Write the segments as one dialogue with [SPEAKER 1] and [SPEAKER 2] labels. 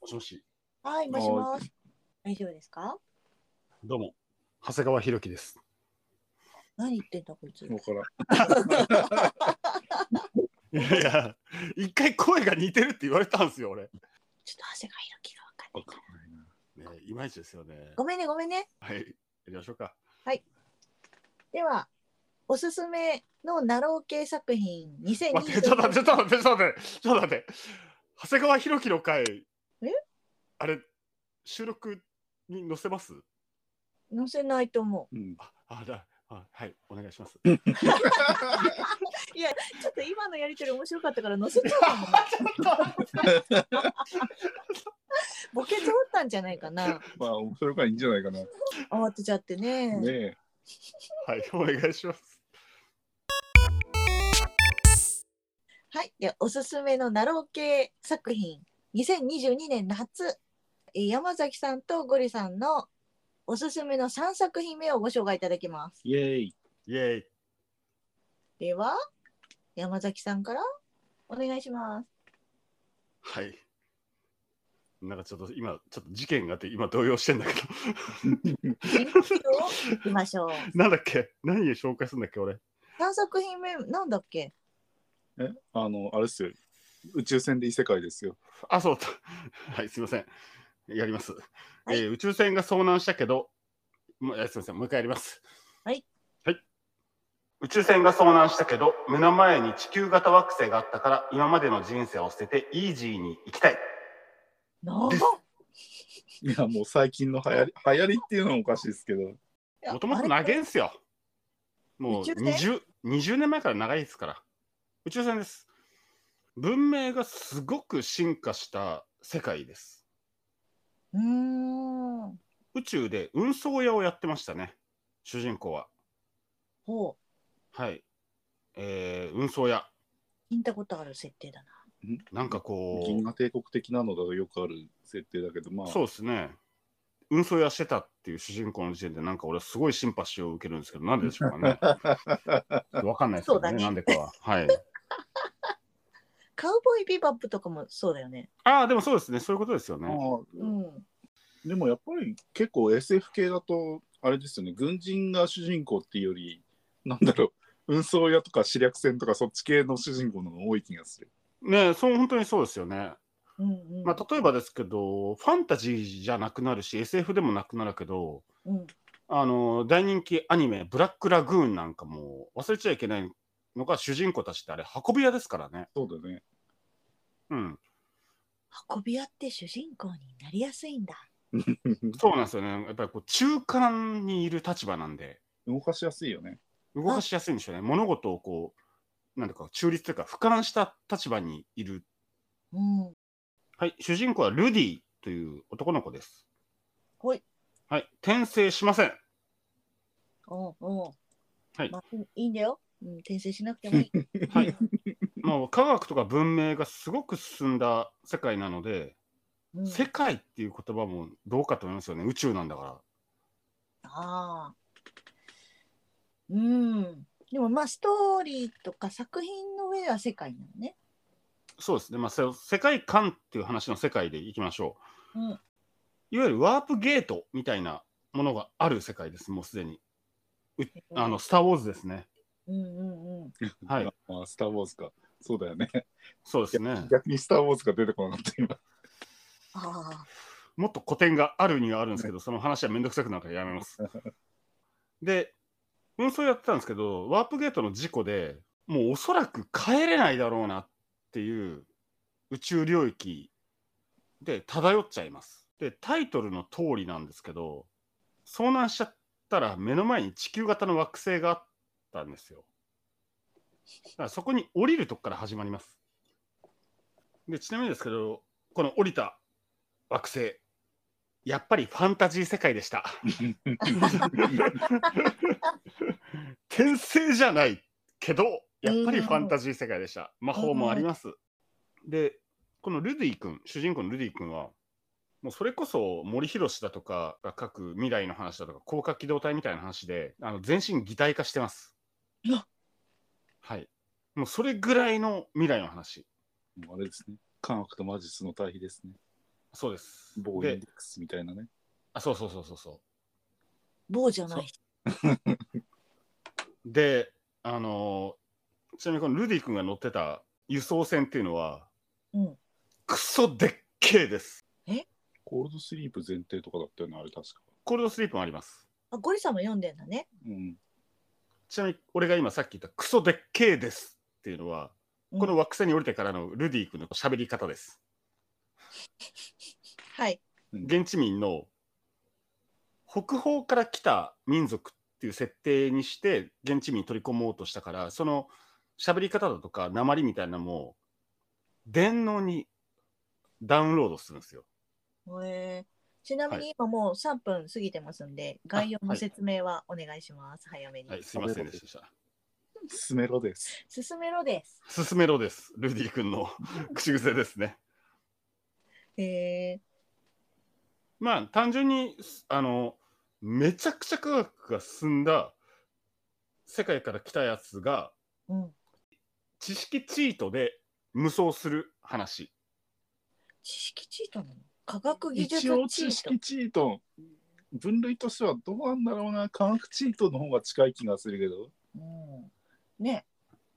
[SPEAKER 1] もしもし、
[SPEAKER 2] はい、もしもし。大丈夫ですか
[SPEAKER 1] どうも、長谷川博樹です。
[SPEAKER 2] 何言ってんだ、こいつ。
[SPEAKER 3] わからん。
[SPEAKER 1] いやいや、一回声が似てるって言われたんですよ、俺。ね、
[SPEAKER 2] ちょっと汗が色気がわかんないから。
[SPEAKER 1] いまいちですよね。
[SPEAKER 2] ごめんね、ごめんね。
[SPEAKER 1] はい、やりましょうか。
[SPEAKER 2] では、おすすめのナロー系作品
[SPEAKER 1] 待って、ちょっと
[SPEAKER 2] 2020
[SPEAKER 1] 待って、ちょっと待って、ちょっと待って、ちょっと待って。長谷川博樹の回、
[SPEAKER 2] え
[SPEAKER 1] あれ、収録に載せます
[SPEAKER 2] 載せないと思
[SPEAKER 3] うん。
[SPEAKER 1] あ、あ、だあはい、お願いします。
[SPEAKER 2] う。いや、ちょっと今のやりとり面白かったから載せちゃうかもな ボケ通ったんじゃないかな。
[SPEAKER 3] まあ、それからいいんじゃないかな。
[SPEAKER 2] 慌てちゃってね。
[SPEAKER 3] ねえ。
[SPEAKER 1] はい、お願いします。
[SPEAKER 2] はい。で、おすすめのナロー系作品2022年夏、えー山崎さんとゴリさんのおすすめの3作品目をご紹介いただきます。
[SPEAKER 3] イエーイ。
[SPEAKER 1] イェーイ。
[SPEAKER 2] では、山崎さんからお願いします。
[SPEAKER 1] はい。なんかちょっと今、ちょっと事件があって、今動揺してんだけど。
[SPEAKER 2] 行きま しょう。
[SPEAKER 1] なんだっけ何を紹介するんだっけ俺。
[SPEAKER 2] 3作品目、なんだっけ
[SPEAKER 3] え、あの、あれですよ。宇宙船で異世界ですよ。
[SPEAKER 1] あ、そうだ。はい、すいません。やります。
[SPEAKER 2] はい
[SPEAKER 1] えー宇宙船が遭難したけど、もうえーすいません、もう一回やります。
[SPEAKER 2] はい。
[SPEAKER 1] はい。宇宙船が遭難したけど、目の前に地球型惑星があったから、今までの人生を捨てて、イージーに行きたい。
[SPEAKER 2] 長っ
[SPEAKER 3] いや、もう最近の流行り、流行りっていうのはおかしいですけど。
[SPEAKER 1] もともと
[SPEAKER 2] あ
[SPEAKER 1] 長
[SPEAKER 2] れ
[SPEAKER 1] いんすよ。もう
[SPEAKER 2] 宇宙船
[SPEAKER 1] 20、20年前から長いですから。宇宙船です。文明がすごく進化した世界です。
[SPEAKER 2] うーん。
[SPEAKER 1] 宇宙で運送屋をやってましたね、主人公は。
[SPEAKER 2] ほ
[SPEAKER 1] はい。えー、運送屋。
[SPEAKER 2] う。聞いたことある設定だな。
[SPEAKER 1] なんかこ
[SPEAKER 3] 銀河帝国的なのだとよくある設定だけど、まあ、
[SPEAKER 1] う、そうですね。運送屋してたっていう主人公の時点で、なんか俺はすごいシンパシーを受けるんですけど、なんででしょうか ね。わかんないですよ
[SPEAKER 2] そうだ
[SPEAKER 1] ね、
[SPEAKER 2] ね
[SPEAKER 1] なんでか は。はい。
[SPEAKER 2] カウボーイビバップとかもそうだよね。
[SPEAKER 1] ああ、でもそうですね、そういうことですよね。
[SPEAKER 3] まあ
[SPEAKER 2] うん。
[SPEAKER 3] でもやっぱり結構 SF 系だと、あれですよね、軍人が主人公っていうより、なんだろう、 運送屋とか視略船とかそっち系の主人公の方が多い気がする。
[SPEAKER 1] ねそう本当にそうですよね。
[SPEAKER 2] うん、うん。
[SPEAKER 1] まあ、例えばですけど、ファンタジーじゃなくなるし、SF でもなくなるけど、
[SPEAKER 2] うん。
[SPEAKER 1] あの大人気アニメ、ブラックラグーンなんかも忘れちゃいけないのが主人公たちってあれ、運び屋ですからね。
[SPEAKER 3] そう だね。
[SPEAKER 1] うん、
[SPEAKER 2] 運び屋って主人公になりやすいんだ。
[SPEAKER 1] そうなんですよね。やっぱりこう中間にいる立場なんで、
[SPEAKER 3] 動かしやすいよね。
[SPEAKER 1] 動かしやすいんでしょうね。物事をこう、なんていうか、中立というか、俯瞰した立場にいる。
[SPEAKER 2] うん。
[SPEAKER 1] はい、主人公はルディという男の子です。
[SPEAKER 2] ほい。
[SPEAKER 1] はい、転生しません。
[SPEAKER 2] おうおう。
[SPEAKER 1] はい
[SPEAKER 2] まあ、いいいんだよ。うん、転生しなくてもいい。
[SPEAKER 1] はい、もう科学とか文明がすごく進んだ世界なので、
[SPEAKER 2] うん、
[SPEAKER 1] 世界っていう言葉もどうかと思いますよね宇宙なんだか
[SPEAKER 2] ああ。うん。でもまあストーリーとか作品の上では世界なのね。
[SPEAKER 1] らそうですねまあせ世界観っていう話の世界でいきましょ
[SPEAKER 2] うん。
[SPEAKER 1] ういわゆるワープゲートみたいなものがある世界ですもうすでにうあのスター・ウォーズですね
[SPEAKER 2] うんうんうん。
[SPEAKER 1] はい
[SPEAKER 3] まあまあ、スター・ウォーズか。そうだよね。
[SPEAKER 1] そうですね
[SPEAKER 3] 逆にスター・ウォーズが出てこなかった 今。
[SPEAKER 2] ああ。
[SPEAKER 1] もっと古典があるにはあるんですけどその話はめんどくさくなるからやめますで運送やってたんですけどワープゲートの事故でもうおそらく帰れないだろうなっていう宇宙領域で漂っちゃいます。でタイトルの通りなんですけど遭難しちゃったら目の前に地球型の惑星があったんですよ。だからそこに降りるとこから始まります。でちなみにですけどこの降りた惑星やっぱりファンタジー世界でした。転生じゃないけどやっぱりファンタジー世界でした。魔法もあります。でこのルディ君主人公のルディ君はもうそれこそ森博だとかが書く未来の話だとか高架機動隊みたいな話であの全身擬態化してます
[SPEAKER 2] うわ。
[SPEAKER 1] はい。もうそれぐらいの未来の話。
[SPEAKER 3] もうあれですね。科学と魔術の対比ですね。
[SPEAKER 1] そうです。
[SPEAKER 3] ボーイン
[SPEAKER 1] で
[SPEAKER 3] デックスみたいなね。
[SPEAKER 1] あ、そうそうそうそうそ
[SPEAKER 2] 棒じゃない。
[SPEAKER 1] う。で、あのーちなみにこのルディ君が乗ってた輸送船っていうのは、
[SPEAKER 2] うん。
[SPEAKER 1] クソでっけえです。
[SPEAKER 3] コールドスリープ前提とかだったよね、あれ確か。
[SPEAKER 1] コールドスリープもあります。
[SPEAKER 2] あ、ゴリさんも読んでんだね。
[SPEAKER 3] うん。
[SPEAKER 1] ちなみに俺が今さっき言ったクソでっけえですっていうのは、
[SPEAKER 2] うん
[SPEAKER 1] この惑星に降りてからのルディ君の喋り方です。
[SPEAKER 2] はい。
[SPEAKER 1] 現地民の北方から来た民族っていう設定にして現地民に取り込もうとしたからその喋り方だとか鉛みたいなのも電脳にダウンロードするんですよ。
[SPEAKER 2] えーちなみ
[SPEAKER 1] は
[SPEAKER 2] に今もう3分過ぎてますんで、概要の説明はお願いします。早めに。
[SPEAKER 1] はい、すいませんでした。
[SPEAKER 3] スメロです。
[SPEAKER 2] 進めろです。
[SPEAKER 1] 進めろです。ルディ君の口癖ですね。
[SPEAKER 2] え
[SPEAKER 1] まあ単純にあのめちゃくちゃ科学が進んだ世界から来たやつが
[SPEAKER 2] ー、うん。
[SPEAKER 1] 知識チートで無双する話。
[SPEAKER 2] 知識チートなの科学技術
[SPEAKER 3] 一応
[SPEAKER 2] チー
[SPEAKER 3] 知
[SPEAKER 2] ト
[SPEAKER 3] 識。チート。分類としてはどうなんだろうな。科学チートの方が近い気がするけど。
[SPEAKER 2] うん、ね。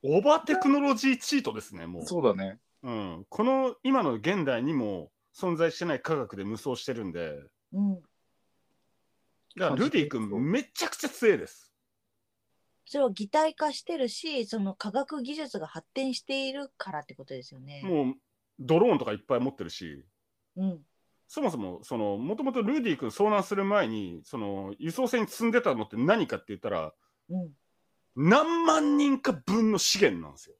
[SPEAKER 1] オーバーテクノロジーチートですね、もう。
[SPEAKER 3] そうだね。
[SPEAKER 1] うん、この今の現代にも存在してない科学で無双してるんで、
[SPEAKER 2] うん。
[SPEAKER 1] だからルディ君、めちゃくちゃ強いです。
[SPEAKER 2] それを擬態化してるし、その科学技術が発展しているからってことですよね。
[SPEAKER 1] もうドローンとかいっぱい持ってるし、
[SPEAKER 2] うん。
[SPEAKER 1] そもそもその、もともとルディ君遭難する前に、その輸送船に積んでたのって何かって言ったら、
[SPEAKER 2] うん。
[SPEAKER 1] 何万人か分の資源なんですよ。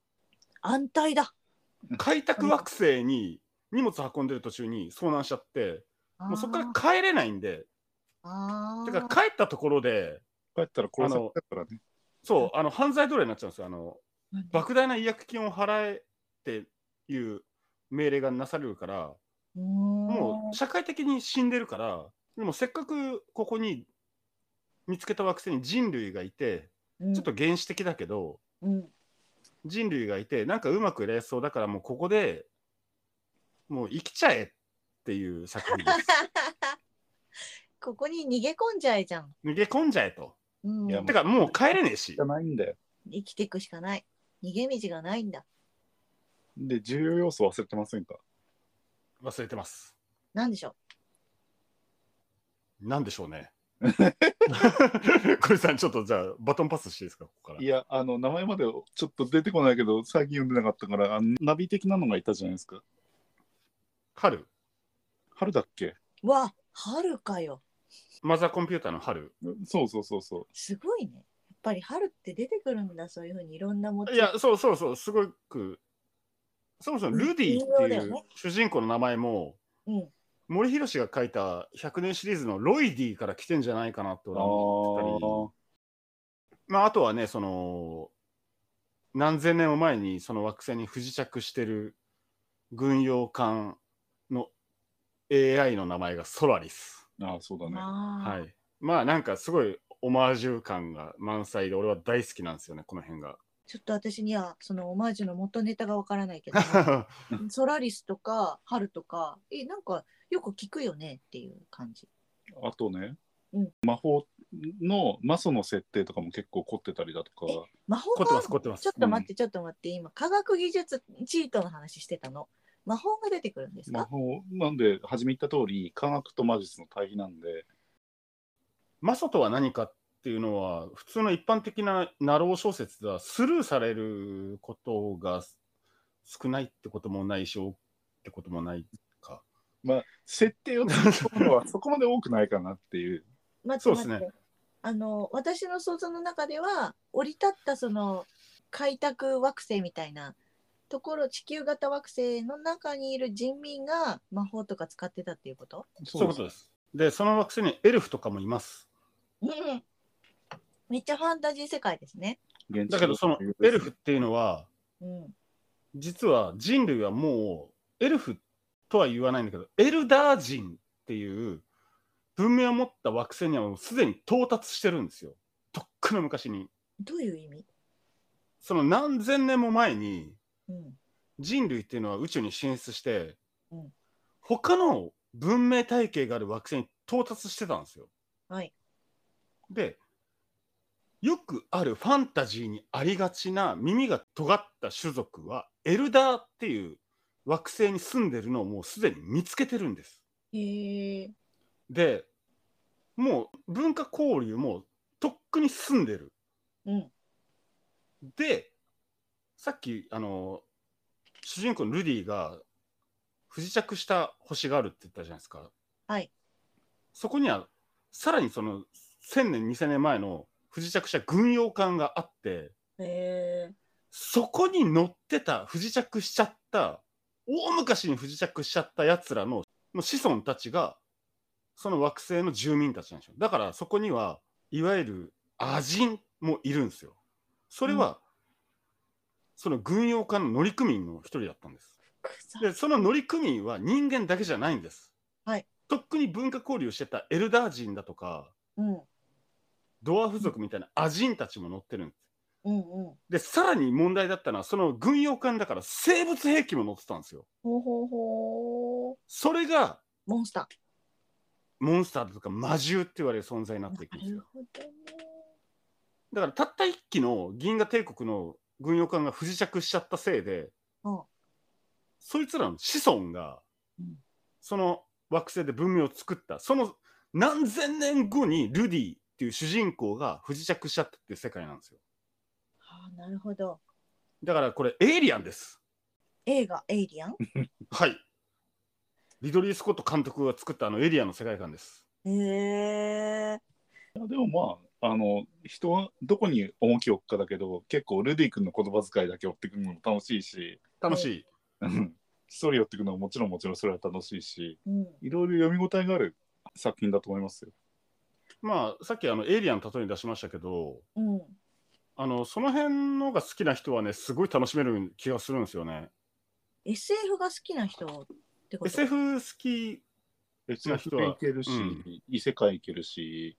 [SPEAKER 2] 安泰だ。
[SPEAKER 1] 開拓惑星に荷物運んでる途中に遭難しちゃって、もうそこから帰れないんで、
[SPEAKER 2] あ
[SPEAKER 1] て
[SPEAKER 2] ー
[SPEAKER 1] か帰ったところで、
[SPEAKER 3] 帰ったら殺されたからね。
[SPEAKER 1] そう、あの犯罪奴隷になっちゃうんですよ。あの
[SPEAKER 2] うん
[SPEAKER 1] 莫大な違約金を払えっていう命令がなされるから、
[SPEAKER 2] うーん
[SPEAKER 1] もう社会的に死んでるから、でもせっかくここに見つけた惑星に人類がいて、
[SPEAKER 2] うん
[SPEAKER 1] ちょっと原始的だけど、
[SPEAKER 2] うん
[SPEAKER 1] 人類がいて、なんかうまくやれそうだから、もうここでもう生きちゃえっていう作品 です。
[SPEAKER 2] ここに逃げ込んじゃえじゃん。
[SPEAKER 1] 逃げ込んじゃえと。
[SPEAKER 2] うん、
[SPEAKER 3] いや
[SPEAKER 1] てか、もう帰れねえし
[SPEAKER 3] じゃ。ないんだよ。
[SPEAKER 2] 生きていくしかない。逃げ道がないんだ。
[SPEAKER 3] で、重要要素忘れてませんか
[SPEAKER 1] 忘れてます。
[SPEAKER 2] なんでしょ
[SPEAKER 1] なんでしょうね。 これさん、ちょっとじゃあ、バトンパスしていいですか、ここから
[SPEAKER 3] い。や、あの、名前までちょっと出てこないけど、最近読んでなかったから、あのナビ的なのがいたじゃないですか。
[SPEAKER 1] 春、
[SPEAKER 3] 春だっけ
[SPEAKER 2] う。わ、春かよ。
[SPEAKER 1] マザーコンピューターの春。
[SPEAKER 3] そうそうそうそ
[SPEAKER 2] すごいね。やっぱり春って出てくるんだ。そういうふうにいろんなも
[SPEAKER 1] いや、そうそうそう、すごく、そもそもルディっていう主人公の名前も、
[SPEAKER 2] うん。
[SPEAKER 1] 森博が書いた100年シリーズのロイディから来てんじゃないかなって
[SPEAKER 3] う。
[SPEAKER 1] 俺は思ってたり、まあ、あとはね、その、何千年も前にその惑星に不時着してる軍用艦の AI の名前がソラリス。
[SPEAKER 3] あーあー、そうだね。
[SPEAKER 2] あ
[SPEAKER 1] は
[SPEAKER 2] あ、
[SPEAKER 1] い。まあなんかすごいオマージュ感が満載で、俺は大好きなんですよね、この辺が。
[SPEAKER 2] ちょっと私にはそのオマージュの元ネタがわからない けど、ソラリスとか春とか、え、なんかよく聞くよねっていう感じ。
[SPEAKER 3] あとね、
[SPEAKER 2] うん
[SPEAKER 3] 魔法の魔素の設定とかも結構凝ってたりだとか、
[SPEAKER 2] 魔法
[SPEAKER 1] 凝って
[SPEAKER 2] が
[SPEAKER 1] ます、凝ってます
[SPEAKER 2] ちょ。っと待って、ちょっと待って、今、科学技術チートの話してたの。魔法が出てくるんです
[SPEAKER 3] 魔
[SPEAKER 2] か、
[SPEAKER 3] 法なんで初め言った通り科学と魔術の対比なんで
[SPEAKER 1] マソとは何かっていうのは、普通の一般的なナロー小説ではスルーされることが少ないってこともないし、多ってこともないか。
[SPEAKER 3] まあ設定を作るのはそこまで多くないかなっていう
[SPEAKER 2] 待って
[SPEAKER 1] そうですね
[SPEAKER 2] 待ってあの、私の想像の中では、降り立ったその開拓惑星みたいなところ、地球型惑星の中にいる人民が魔法とか使ってたっていうこと
[SPEAKER 1] そういうことです。で、その惑星にエルフとかもいます。
[SPEAKER 2] うん。めっちゃファンタジー世界ですね。
[SPEAKER 3] 現地
[SPEAKER 1] だけど、そのエルフっていうのは、
[SPEAKER 2] うん。
[SPEAKER 1] 実は人類はもうエルフとは言わないんだけどエルダー人っていう文明を持った惑星にはもうすでに到達してるんですよとっくの昔に
[SPEAKER 2] どういう意味
[SPEAKER 1] その何千年も前に
[SPEAKER 2] うん。
[SPEAKER 1] 人類っていうのは宇宙に進出して、
[SPEAKER 2] うん
[SPEAKER 1] 他の文明体系がある惑星に到達してたんですよ。
[SPEAKER 2] はい
[SPEAKER 1] でよくあるファンタジーにありがちな耳が尖った種族はエルダーっていう惑星に住んでるのをもうすでに見つけてるんです。
[SPEAKER 2] へえ。
[SPEAKER 1] でもう文化交流もとっくに進んでる。
[SPEAKER 2] うん。
[SPEAKER 1] でさっきあの主人公のルディが不時着した星があるって言ったじゃないですか。
[SPEAKER 2] はい。
[SPEAKER 1] そこにはさらにその1000年2000年前の不時着した軍用艦があって
[SPEAKER 2] へえ。
[SPEAKER 1] そこに乗ってた不時着しちゃった大昔に不時着しちゃったやつらのの子孫たちがその惑星の住民たちなんですよだからそこにはいわゆるア人もいるんですよそれは、その軍用艦の乗組員の一人だったんです
[SPEAKER 2] くさ。
[SPEAKER 1] でその乗組員は人間だけじゃないんです、
[SPEAKER 2] はい、
[SPEAKER 1] とっくに文化交流してたエルダー人だとか
[SPEAKER 2] うん。
[SPEAKER 1] ドア付属みたいなア人たちも乗ってるんです
[SPEAKER 2] うんうん。
[SPEAKER 1] でさらに問題だったのはその軍用艦だから生物兵器も乗ってたんですよ
[SPEAKER 2] ほうほうほう。
[SPEAKER 1] それが
[SPEAKER 2] モンスタ
[SPEAKER 1] モンスターだとか魔獣って言われる存在にな
[SPEAKER 2] ー。
[SPEAKER 1] っていくん
[SPEAKER 2] な
[SPEAKER 1] ですよ
[SPEAKER 2] るほどね。
[SPEAKER 1] だからたった一機の銀河帝国の軍用艦が不時着しちゃったせいで、
[SPEAKER 2] うん
[SPEAKER 1] そいつらの子孫が、
[SPEAKER 2] うん
[SPEAKER 1] その惑星で文明を作ったその何千年後にルディっていう主人公が不時着しちゃったっていう世界なんですよ
[SPEAKER 2] ああ、なるほど。
[SPEAKER 1] だからこれエイリアンです
[SPEAKER 2] 映画エイリアン。
[SPEAKER 1] はい。リドリー・スコット監督が作ったあのエリアの世界観です。
[SPEAKER 2] へえ。
[SPEAKER 3] いやでもまあ、あの、人はどこに重きを置くかだけど、結構ルディ君の言葉遣いだけ追ってくるのも楽しいし、
[SPEAKER 1] 楽しい。
[SPEAKER 3] うんストーリー追ってくのももちろんもちろんそれは楽しいし、
[SPEAKER 2] うん。
[SPEAKER 3] いろいろ読み応えがある作品だと思いますよ。
[SPEAKER 1] まあさっきあのエイリアンの例えに出しましたけど、
[SPEAKER 2] うん。
[SPEAKER 1] あのその辺のが好きな人はねすごい楽しめる気がするんですよね。
[SPEAKER 2] SF が好きな人ってこと。
[SPEAKER 1] SF 好き、
[SPEAKER 3] 別
[SPEAKER 1] な
[SPEAKER 3] の
[SPEAKER 1] 人
[SPEAKER 3] 人
[SPEAKER 1] は
[SPEAKER 3] 行けるし、
[SPEAKER 1] うん
[SPEAKER 3] 異世界行けるし、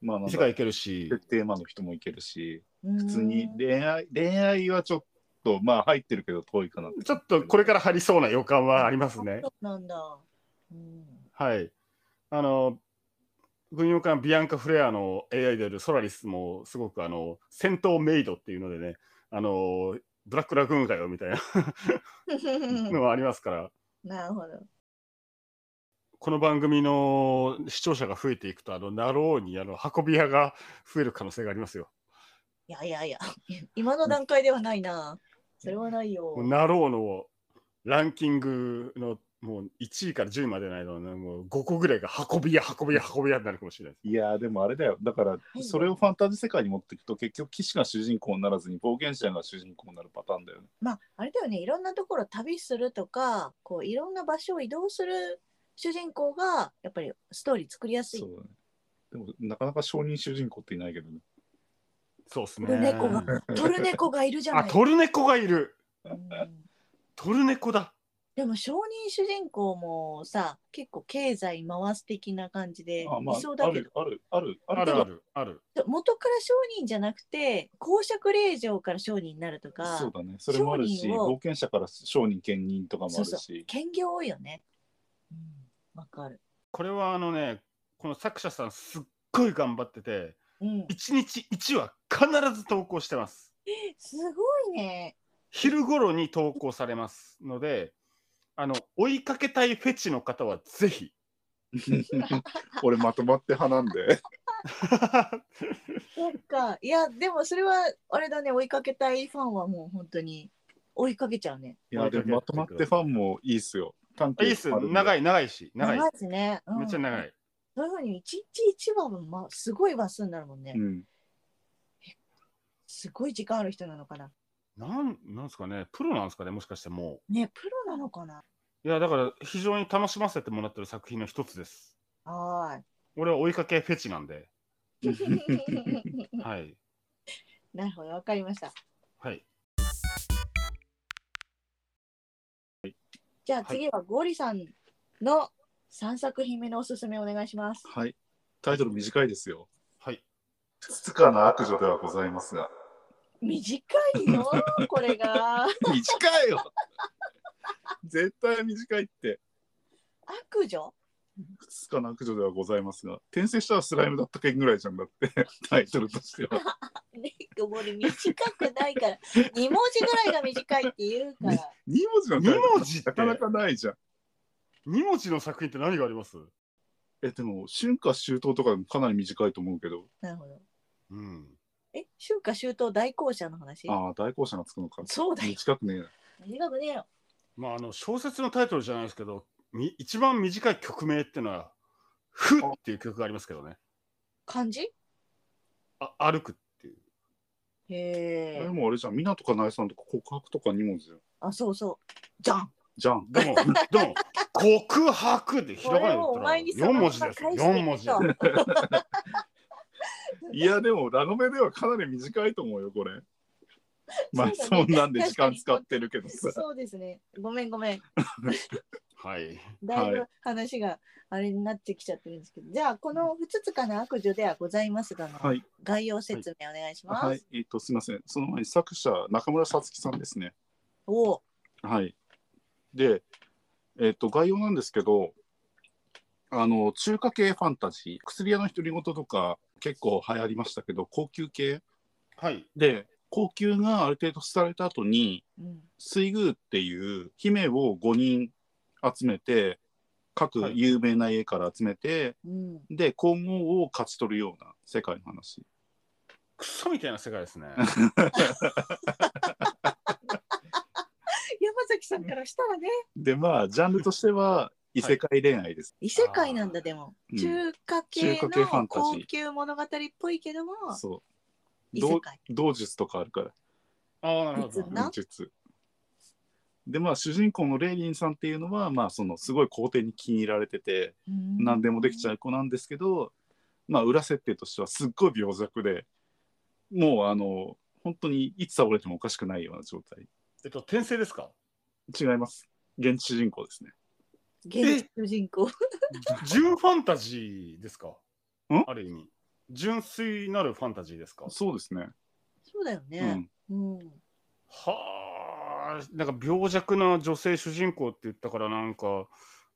[SPEAKER 3] まあなん
[SPEAKER 1] 世
[SPEAKER 3] か
[SPEAKER 1] 界、いけるし、
[SPEAKER 3] テーマの人も行けるし、
[SPEAKER 2] 普
[SPEAKER 3] 普通に恋愛、恋愛はちょっと、まあ入ってるけど遠いかなって
[SPEAKER 1] ちょっとこれから入りそうな予感はありますね
[SPEAKER 2] そ。うなんだ。うん。
[SPEAKER 1] はい。あの軍用艦ビアンカ・フレアの AI であるソラリスもすごくあの戦闘メイドっていうのでね、あのブラックラグーンかよみたいなのはありますから、
[SPEAKER 2] なるほど。
[SPEAKER 1] この番組の視聴者が増えていくと、あの、なろうに、あの、運び屋が増える可能性がありますよ。
[SPEAKER 2] いやいやいや、 今の段階ではないな。それはないよ
[SPEAKER 1] もう。なろうのランキングのもう1位から10位までの間の、もう5個ぐらいが運び屋、運び屋、運び屋になるかもしれないです。
[SPEAKER 3] いやーでもあれだよだから
[SPEAKER 2] い
[SPEAKER 3] それをファンタジー世界に持っていくと結局騎士が主人公にならずに冒険者が主人公になるパターンだよね。
[SPEAKER 2] まあ、あれだよね、いろんなところ旅するとか、こういろんな場所を移動する主人公が、やっぱりストーリー作りやすい。
[SPEAKER 3] そうだねでもなかなか承認主人公っていないけどね。
[SPEAKER 1] そうです
[SPEAKER 2] ト
[SPEAKER 1] ね。
[SPEAKER 2] ルネコが、トルネコがいるじゃな
[SPEAKER 1] あ、
[SPEAKER 2] い。
[SPEAKER 1] トルネコがいる。
[SPEAKER 2] うん
[SPEAKER 1] トルネコだ。
[SPEAKER 2] でも、承認主人公もさ、結構経済回す的な感じで、い
[SPEAKER 3] あまあ
[SPEAKER 2] そう
[SPEAKER 3] あ
[SPEAKER 2] だけど
[SPEAKER 3] る。あるあるあ
[SPEAKER 1] あ
[SPEAKER 3] るけ
[SPEAKER 1] る
[SPEAKER 3] ど
[SPEAKER 1] ある、ある。
[SPEAKER 2] 元から商人じゃなくて公爵令嬢から商人になるとか
[SPEAKER 3] そうだねそれもある
[SPEAKER 2] 商
[SPEAKER 3] し
[SPEAKER 2] 人を
[SPEAKER 3] 冒険者から商人兼任とかもあるし
[SPEAKER 2] そう兼業多いよね。うん、わかる。
[SPEAKER 1] これはあのね、この作者さんすっごい頑張ってて、
[SPEAKER 2] うん、
[SPEAKER 1] 1日1話必ず投稿してます。
[SPEAKER 2] すごいね。
[SPEAKER 1] 昼頃に投稿されますので、あの追いかけたいフェチの方はぜ ひ。
[SPEAKER 3] 俺まとまって派なん で
[SPEAKER 2] そっか。いや、でもそれはあれだね、追いかけたいファンはもう本当に追いかけちゃうね。
[SPEAKER 3] いやでもまとまってファンもいいっすよ。
[SPEAKER 1] いいっすよ、長
[SPEAKER 3] い。
[SPEAKER 1] い長いし、長い。
[SPEAKER 2] ですね。うん
[SPEAKER 1] めっちゃ長。い。
[SPEAKER 2] そういうふうに一日一話も、ま、すごい話数になるもんね。
[SPEAKER 3] うん、
[SPEAKER 2] すごい時間ある人なのかな。
[SPEAKER 1] なんなんですかね、プロなんですかね、もしかしても
[SPEAKER 2] ね、プロなのかな。
[SPEAKER 1] う。いや、だから非常に楽しませてもらってる作品の一つです。
[SPEAKER 2] は
[SPEAKER 1] 俺は追いかけフェチなんで。
[SPEAKER 2] ーい。
[SPEAKER 1] はい。
[SPEAKER 2] なるほど、わかりました。
[SPEAKER 1] はい。
[SPEAKER 2] じゃあ次はゴリさんの三作品目のおすすめお願いします。
[SPEAKER 3] はいタイトル短いですよ。
[SPEAKER 1] はい。
[SPEAKER 3] つつかな悪女ではございますが。
[SPEAKER 2] 短い よ、これが。
[SPEAKER 3] 短いよ絶対短いって。
[SPEAKER 2] 悪空女
[SPEAKER 3] すかな悪女ではございますが、転生したらスライムだった件ぐらいじゃん だって、タイトルとしては。
[SPEAKER 2] レイクボリ短くないから、2文字ぐらいが短いって言うから。
[SPEAKER 3] 2文字のタイ
[SPEAKER 1] 2
[SPEAKER 3] トル
[SPEAKER 1] 文字って
[SPEAKER 3] なかなかないじゃん。
[SPEAKER 1] 2文字の作品って何があります
[SPEAKER 3] え、でも、春夏秋冬とかでもかなり短いと思うけど、
[SPEAKER 2] なるほど。
[SPEAKER 1] うん。
[SPEAKER 2] え、春夏秋冬大校舎の話
[SPEAKER 3] ああ、大校舎がつくのか。
[SPEAKER 2] そうだよ。
[SPEAKER 3] 短くねえな。
[SPEAKER 2] 短くねえよ。
[SPEAKER 1] まあ、あの、小説のタイトルじゃないですけど、み一番短い曲名ってのは、ふっていう曲がありますけどね。
[SPEAKER 2] 漢字
[SPEAKER 1] あ歩くっていう。
[SPEAKER 2] へ
[SPEAKER 3] あれ
[SPEAKER 2] え。
[SPEAKER 3] もあれじゃん、港かなえさんとか告白とか2文字じゃん。
[SPEAKER 2] あ、そうそう。じゃん。
[SPEAKER 3] じゃん。
[SPEAKER 1] で も、でも、告白でひらがなで言
[SPEAKER 2] これをお前に
[SPEAKER 1] ったら、4文字ですよ。
[SPEAKER 2] その
[SPEAKER 1] 4
[SPEAKER 2] まま
[SPEAKER 1] 文
[SPEAKER 2] 返し
[SPEAKER 1] 字
[SPEAKER 2] て。み
[SPEAKER 3] いや、でも、ラノベではかなり短いと思うよ、これ。まあ、
[SPEAKER 2] そうだ
[SPEAKER 3] そ
[SPEAKER 2] ね
[SPEAKER 3] んなんで時間使ってるけど さ。
[SPEAKER 2] そうですね。ごめんごめん。
[SPEAKER 1] はい。
[SPEAKER 2] だい
[SPEAKER 3] は
[SPEAKER 2] ぶ話があれになってきちゃってるんですけど。じゃあ、このふつつかな悪女ではございますが、
[SPEAKER 3] はい。
[SPEAKER 2] 概要説明お願いします。
[SPEAKER 3] はい、えっ、と、すみません。その前に作者、中村さつきさんですね。
[SPEAKER 2] おお。
[SPEAKER 3] はい。で、えっ、と、概要なんですけど、あの、中華系ファンタジー、薬屋の独り言とか結構流行りましたけど、高級系
[SPEAKER 1] はい。
[SPEAKER 3] で、高級がある程度廃れた後に、
[SPEAKER 2] うん。
[SPEAKER 3] 水宮っていう姫を5人集めて、各有名な家から集めて、
[SPEAKER 2] うん。
[SPEAKER 3] で、皇后を勝ち取るような世界の話。
[SPEAKER 1] クソみたいな世界ですね。
[SPEAKER 2] 山崎さんからしたらね。
[SPEAKER 3] で、まあ、ジャンルとしては異世界恋愛です。
[SPEAKER 2] 異世界なんだでも、
[SPEAKER 3] うん
[SPEAKER 2] 中華系
[SPEAKER 3] 中華系ファ
[SPEAKER 2] の
[SPEAKER 3] ンタジー
[SPEAKER 2] 高級物語っぽいけども
[SPEAKER 3] そう。
[SPEAKER 2] 異
[SPEAKER 3] ど
[SPEAKER 2] 世
[SPEAKER 3] う
[SPEAKER 2] 界
[SPEAKER 3] 道術とかあるから、
[SPEAKER 1] ああ、なるほど。
[SPEAKER 2] な
[SPEAKER 3] 道術。で、まあ、主人公のレイリンさんっていうのは、まあ、その、すごい皇帝に気に入られてて、何でもできち
[SPEAKER 2] ゃ
[SPEAKER 3] ゃう子なんですけど、まあ、裏設定としてはすっごい病弱で、もう、あの、本当にいつ倒れてもおかしくないような状態。
[SPEAKER 1] えっと、転生ですか
[SPEAKER 3] 違います。現地主人公 ですね。
[SPEAKER 2] う現地主人公
[SPEAKER 1] 純ファンタジーですか
[SPEAKER 3] ん
[SPEAKER 1] ある意味。純粋なるファンタジーですか
[SPEAKER 3] そうですね。
[SPEAKER 2] そうだよね、うん
[SPEAKER 1] はあ、なんか病弱な女性主人公って言ったから、なんか、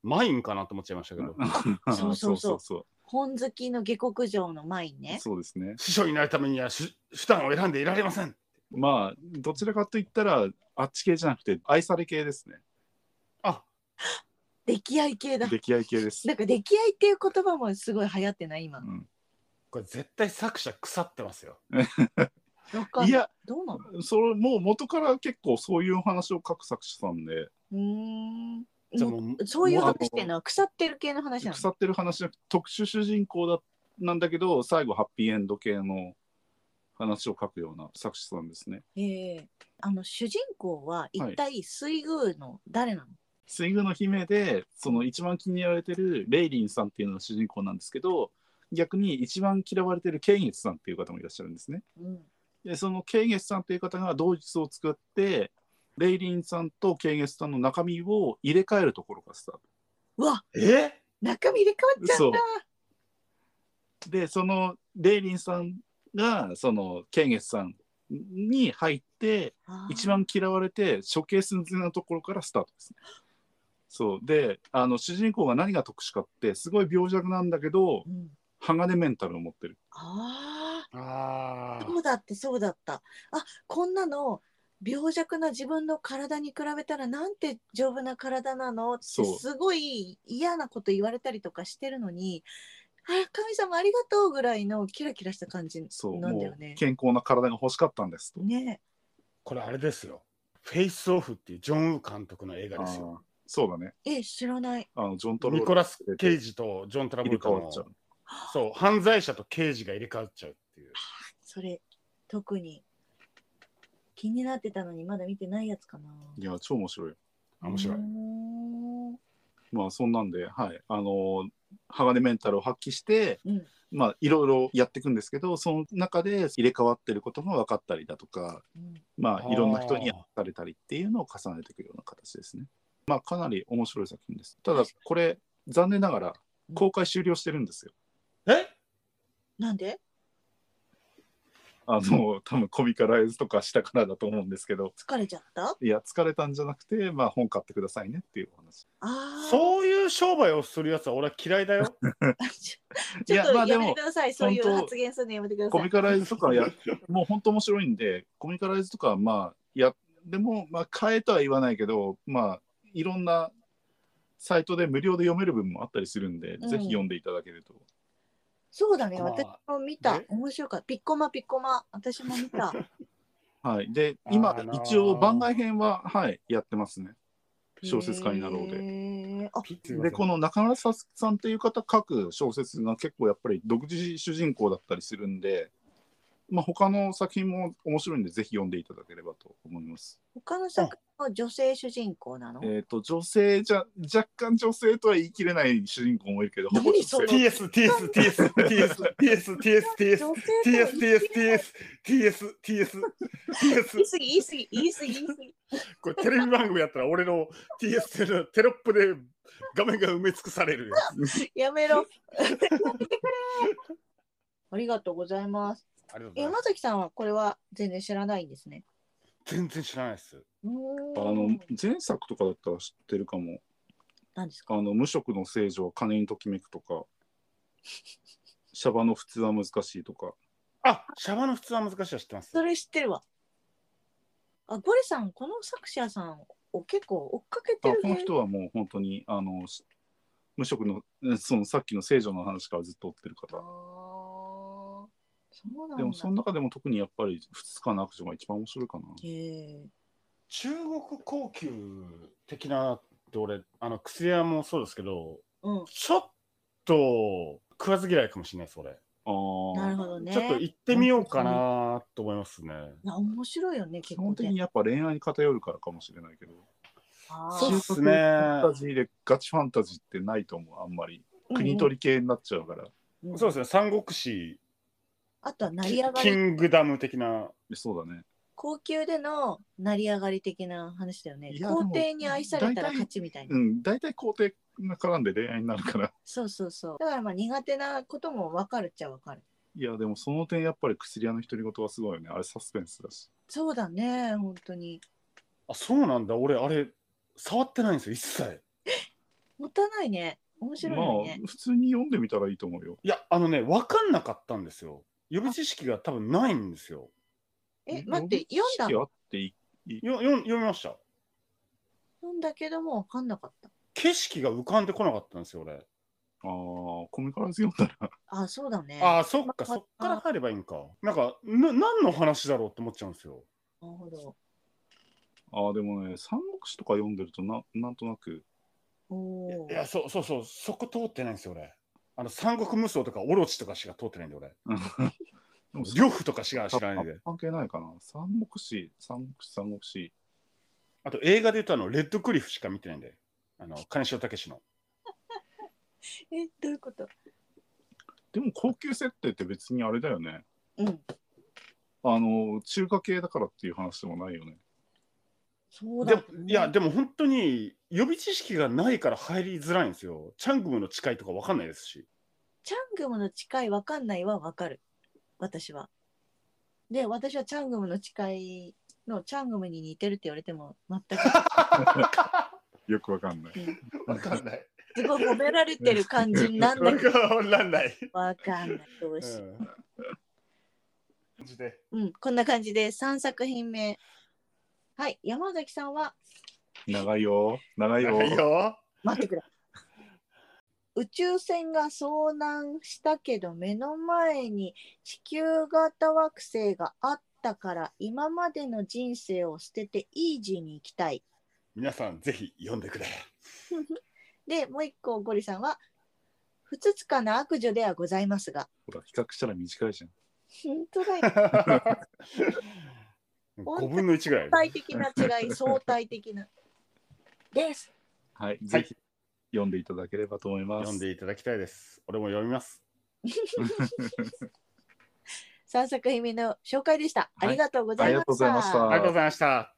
[SPEAKER 1] マインかなと思っちゃいました
[SPEAKER 3] う
[SPEAKER 1] けど、
[SPEAKER 3] ん。
[SPEAKER 2] そうそうそう
[SPEAKER 3] そう
[SPEAKER 2] 本好きの下克上の前 にね
[SPEAKER 3] そうですね。
[SPEAKER 1] 師匠になるためには手手段を選んでいられません。
[SPEAKER 3] まあ、どちらかといったら、あっち系じゃなくて、愛され系ですね。
[SPEAKER 1] あ、
[SPEAKER 2] 溺愛系だ
[SPEAKER 3] 溺愛系です。
[SPEAKER 2] なんか溺愛っていう言葉もすごい流行ってない今
[SPEAKER 3] うん
[SPEAKER 1] これ絶対作者腐ってますよ。
[SPEAKER 2] わかんない
[SPEAKER 3] や、
[SPEAKER 2] どうなの
[SPEAKER 3] それもう元から結構そういうお話を書く作者さんで
[SPEAKER 2] うーん
[SPEAKER 1] じゃあもう
[SPEAKER 2] そういう
[SPEAKER 1] も
[SPEAKER 2] 話してるのは腐ってる系の話なの
[SPEAKER 3] 腐ってる話じゃなくて特殊主人公だなんだけど最後ハッピーエンド系の話を書くような作者さんですね。
[SPEAKER 2] ええあの主人公は一体水宮の誰なの、
[SPEAKER 3] 水宮の姫でその一番気に入られてるレイリンさんっていうのが主人公なんですけど逆に一番嫌われてるケイゲツさんっていう方もいらっしゃるんですね。
[SPEAKER 2] うん
[SPEAKER 3] でそのケイゲスさんという方が同日を作ってレイリンさんとケイゲスさんの中身を入れ替えるところがスタート。
[SPEAKER 2] うわ
[SPEAKER 1] え
[SPEAKER 2] 中身入れ替わっちゃ
[SPEAKER 3] そ
[SPEAKER 2] っ
[SPEAKER 3] うでそのレイリンさんがそのケンゲスさんに入って
[SPEAKER 2] た
[SPEAKER 3] 一番嫌われて処刑寸前のところからスタートですね。そうであの主人公が何が特殊かってすごい病弱なんだけど
[SPEAKER 2] うん
[SPEAKER 3] 鋼メンタルを持ってる。
[SPEAKER 2] あ
[SPEAKER 1] あ
[SPEAKER 2] あ
[SPEAKER 1] あ。
[SPEAKER 2] そうだってそうだったあこんなの病弱な自分の体に比べたらなんて丈夫な体なのって
[SPEAKER 3] そう
[SPEAKER 2] すごい嫌なこと言われたりとかしてるのに「あ神様ありがとう」ぐらいのキラキラした感じ
[SPEAKER 3] そう
[SPEAKER 2] なんだ
[SPEAKER 3] も
[SPEAKER 2] よね
[SPEAKER 3] う。健康な体が欲しかったんですと。
[SPEAKER 2] ね
[SPEAKER 1] これあれですよ。フェイスオフっていうジョン・ウー監督の映画ですよ。
[SPEAKER 3] あーそうだね
[SPEAKER 2] え知らない。
[SPEAKER 3] あのジョン・トロ
[SPEAKER 1] ニ
[SPEAKER 3] ー
[SPEAKER 1] コ
[SPEAKER 3] ラ
[SPEAKER 1] ラス・ケイジとジョン・トラボ
[SPEAKER 3] 入れ
[SPEAKER 1] ル
[SPEAKER 3] 替
[SPEAKER 1] タ
[SPEAKER 3] わ
[SPEAKER 1] の
[SPEAKER 3] っちゃう。
[SPEAKER 1] そう犯罪者と刑事が入れ替わっちゃうっていう。
[SPEAKER 2] それ特に気になってたのにまだ見てないやつかな。
[SPEAKER 3] いや超面白い。
[SPEAKER 1] あ面白いう
[SPEAKER 2] ーん
[SPEAKER 3] まあそんなんで、はい、あの鋼メンタルを発揮して、
[SPEAKER 2] うん
[SPEAKER 3] まあいろいろやっていくんですけどその中で入れ替わってることが分かったりだとか、
[SPEAKER 2] うん
[SPEAKER 3] ま
[SPEAKER 1] あ
[SPEAKER 3] あ、
[SPEAKER 1] ー
[SPEAKER 3] いろんな人にやされたりっていうのを重ねていくような形ですね。まあかなり面白い作品です。ただこれ残念ながら公開終了してるんですよ。
[SPEAKER 1] え
[SPEAKER 2] なんで
[SPEAKER 3] あの多分コミカライズとかしたからだと思うんですけど
[SPEAKER 2] 疲れちゃったあ
[SPEAKER 3] いや疲れたんじゃなくてまあ本買ってくださいねっていうお話
[SPEAKER 2] あ。
[SPEAKER 1] そういう商売をするやつは俺は嫌いだよ。
[SPEAKER 2] ち
[SPEAKER 3] い
[SPEAKER 2] ょちょ
[SPEAKER 3] や
[SPEAKER 2] っと
[SPEAKER 3] ま
[SPEAKER 2] や
[SPEAKER 3] あで
[SPEAKER 2] めて
[SPEAKER 3] も
[SPEAKER 2] ください。そういう
[SPEAKER 3] 本当
[SPEAKER 2] 発言するのやめてくださ
[SPEAKER 3] コ
[SPEAKER 2] い
[SPEAKER 3] ミ。カライズ とかやもう本当面白いんでコミカライズとかはまあやでもまあ変えとは言わないけどまあいろんなサイトで無料で読める分もあったりするんで、
[SPEAKER 2] うん
[SPEAKER 3] ぜひ読んでいただけると
[SPEAKER 2] そうだね。
[SPEAKER 1] まあ
[SPEAKER 2] 私も見た
[SPEAKER 1] で。
[SPEAKER 2] 面白かった。ピッコマピッコマ。私も見た。
[SPEAKER 3] はいで
[SPEAKER 1] あー
[SPEAKER 3] 今
[SPEAKER 1] あのー
[SPEAKER 3] 一応番外編ははいやってますね 小説家になろうで
[SPEAKER 2] で。あ、
[SPEAKER 1] ピッて言わ
[SPEAKER 3] で
[SPEAKER 1] れて
[SPEAKER 3] この中村ささんっていう方書く小説が結構やっぱり独自主人公だったりするんで、まあ、他の作品も面白いんでぜひ読んでいただければと思います。
[SPEAKER 2] 他の作品の女性主人公なの。
[SPEAKER 3] えっと女性じゃ若干女性とは言い切れない主人公もいるけどほぼ女
[SPEAKER 2] 何そ
[SPEAKER 3] 性
[SPEAKER 2] の
[SPEAKER 1] TS、TS、TS、TS、TS、TS、TS、
[SPEAKER 2] 女
[SPEAKER 1] TS
[SPEAKER 2] 性と
[SPEAKER 1] TS TS TS TS
[SPEAKER 2] 言
[SPEAKER 1] TS
[SPEAKER 2] い過ぎ言い過ぎ言い過ぎ言い過ぎ。
[SPEAKER 1] これテレビ番組やったら俺の TS のテロップで画面が埋め尽くされるやつ
[SPEAKER 2] やめろ。やめ てくれ。ありがとうございます。
[SPEAKER 1] ありがとうございま
[SPEAKER 2] 山
[SPEAKER 1] す
[SPEAKER 2] 崎さんはこれは全然知らないんですね。
[SPEAKER 1] 全然知らないです
[SPEAKER 2] うー
[SPEAKER 3] あの
[SPEAKER 2] ん。
[SPEAKER 3] 前作とかだったら知ってるかも
[SPEAKER 2] なんです
[SPEAKER 3] 「
[SPEAKER 2] か。
[SPEAKER 3] あの無職の聖女は金にときめく」とか「シャバの普通は難しい」とか
[SPEAKER 1] あシャバの普通は難しいは知ってます
[SPEAKER 2] それ知ってるわ。あ、ゴリさん、この作者さんを結構追っかけて
[SPEAKER 3] あ
[SPEAKER 2] る
[SPEAKER 3] この
[SPEAKER 2] ね。
[SPEAKER 3] 人はもう本当にあのし無職のうんそのさっきの聖女の話からずっと追ってる
[SPEAKER 2] ああー、
[SPEAKER 3] 方
[SPEAKER 2] そうなんだ。
[SPEAKER 3] でもその中でも特にやっぱり「二日の悪女」が一番面白いかな
[SPEAKER 2] へえ。
[SPEAKER 1] 中国高級的なって俺あの薬屋もそうですけど
[SPEAKER 2] うん。
[SPEAKER 1] ちょっと食わず嫌いかもしれないです俺
[SPEAKER 3] あー
[SPEAKER 2] なるほどね。
[SPEAKER 1] ちょっと行ってみようかなと思いますね
[SPEAKER 2] な面白いよね、
[SPEAKER 3] 基
[SPEAKER 2] 結構
[SPEAKER 3] 本的にやっぱ恋愛に偏るからかもしれないけど
[SPEAKER 1] そうっすね
[SPEAKER 3] 中国ファンタジーでガチファンタジーってないと思うあんまり国取り系になっちゃうから、
[SPEAKER 2] り、うん
[SPEAKER 1] そうですね三国志
[SPEAKER 2] あとは成り
[SPEAKER 1] キ
[SPEAKER 2] 上が
[SPEAKER 1] キ
[SPEAKER 2] り、
[SPEAKER 1] ングダム的な
[SPEAKER 3] そうだね
[SPEAKER 2] 高級での成り上がり的な話だよね
[SPEAKER 3] い。やでも
[SPEAKER 2] 皇帝に愛されたら
[SPEAKER 3] 大体
[SPEAKER 2] 勝ちみたいな。
[SPEAKER 3] うん大体皇帝が絡んで恋愛になるから
[SPEAKER 2] そうそうそう。だからまあ苦手なことも分かるっちゃ分かる。
[SPEAKER 3] いやでもその点やっぱり薬屋の独り言はすごいよねあれサスペンスだし
[SPEAKER 2] そうだね、本当に。
[SPEAKER 1] あそうなんだ俺あれ触ってないんですよ一切
[SPEAKER 2] もったいないね。面白い
[SPEAKER 3] まあ
[SPEAKER 2] よね。
[SPEAKER 3] 普通に読んでみたらいいと思うよ
[SPEAKER 1] いや、あのね、分かんなかったんですよ。予備知識が多分ないんですよ。
[SPEAKER 2] え、待って、読んだ
[SPEAKER 3] 知識
[SPEAKER 2] の
[SPEAKER 3] あってい
[SPEAKER 1] よよ読みました。
[SPEAKER 2] 読んだけども分かんなかった。
[SPEAKER 1] 景色が浮かんでこなかったんですよ、俺。
[SPEAKER 3] あーコミカライズ読んだら
[SPEAKER 2] あ、そうだね。
[SPEAKER 1] ああ、そっか、そっから入ればいいんか。なんか、な何の話だろうって思っちゃうんですよ。
[SPEAKER 2] なるほど。
[SPEAKER 3] あーでもね 三国志とか読んでるとななんとなく
[SPEAKER 2] おお
[SPEAKER 1] い。や、そうそうそう、そこ通ってないんですよ、俺。あの、三国無双とかオロチとかしか通ってないんで、俺。
[SPEAKER 3] でも
[SPEAKER 1] 呂布とかしか知らないんで。
[SPEAKER 3] 関係ないかな三国志三国志三国志
[SPEAKER 1] あと、映画で言うと、あの、レッドクリフしか見てないんで。あの、金城武の。
[SPEAKER 2] え、どういうこと
[SPEAKER 3] でも高級設定って別にあれだよね
[SPEAKER 2] うん。
[SPEAKER 3] あの中華系だからっていう話でもないよね
[SPEAKER 2] そう
[SPEAKER 1] で
[SPEAKER 2] だ、
[SPEAKER 1] もいや、でも本当に予備知識がないから入りづらいんですよ。チャングムの誓いとか分かんないですし。
[SPEAKER 2] チャングムの誓い分かんないは分かる。私は。で、私はチャングムの誓いのチャングムに似てるって言われても全 く、
[SPEAKER 3] よくわかんない
[SPEAKER 2] うん
[SPEAKER 1] わかんない。
[SPEAKER 2] すごい褒められてる感じになんな
[SPEAKER 1] わ
[SPEAKER 2] い。
[SPEAKER 1] かんない。
[SPEAKER 2] 分かんない。どうしよう
[SPEAKER 1] 感じで。
[SPEAKER 2] うん、こんな感じで3作品目。はい、山崎さんは
[SPEAKER 3] 長いよ長いよ
[SPEAKER 1] いいよ。
[SPEAKER 2] 待ってくれ。宇宙船が遭難したけど目の前に地球型惑星があったから今までの人生を捨ててイージーに行きたい。
[SPEAKER 1] 皆さんぜひ読んでくれ。
[SPEAKER 2] で、もう一個ゴリさんは不つつかな悪女ではございますが。
[SPEAKER 3] ほら比較したら短いじゃん
[SPEAKER 2] 本当だよ。
[SPEAKER 1] 五分の一ぐらい
[SPEAKER 2] 相。対的な違い、相対的な。です。
[SPEAKER 3] はい、ぜひ読んでいただければと思います。
[SPEAKER 1] 読んでいただきたいです。俺も読みます。
[SPEAKER 2] 3作品目の紹介でした。ありがとうござ
[SPEAKER 3] あり
[SPEAKER 2] いま
[SPEAKER 3] が
[SPEAKER 2] し
[SPEAKER 3] とうございました
[SPEAKER 1] あ
[SPEAKER 3] た。
[SPEAKER 1] りがとうございました。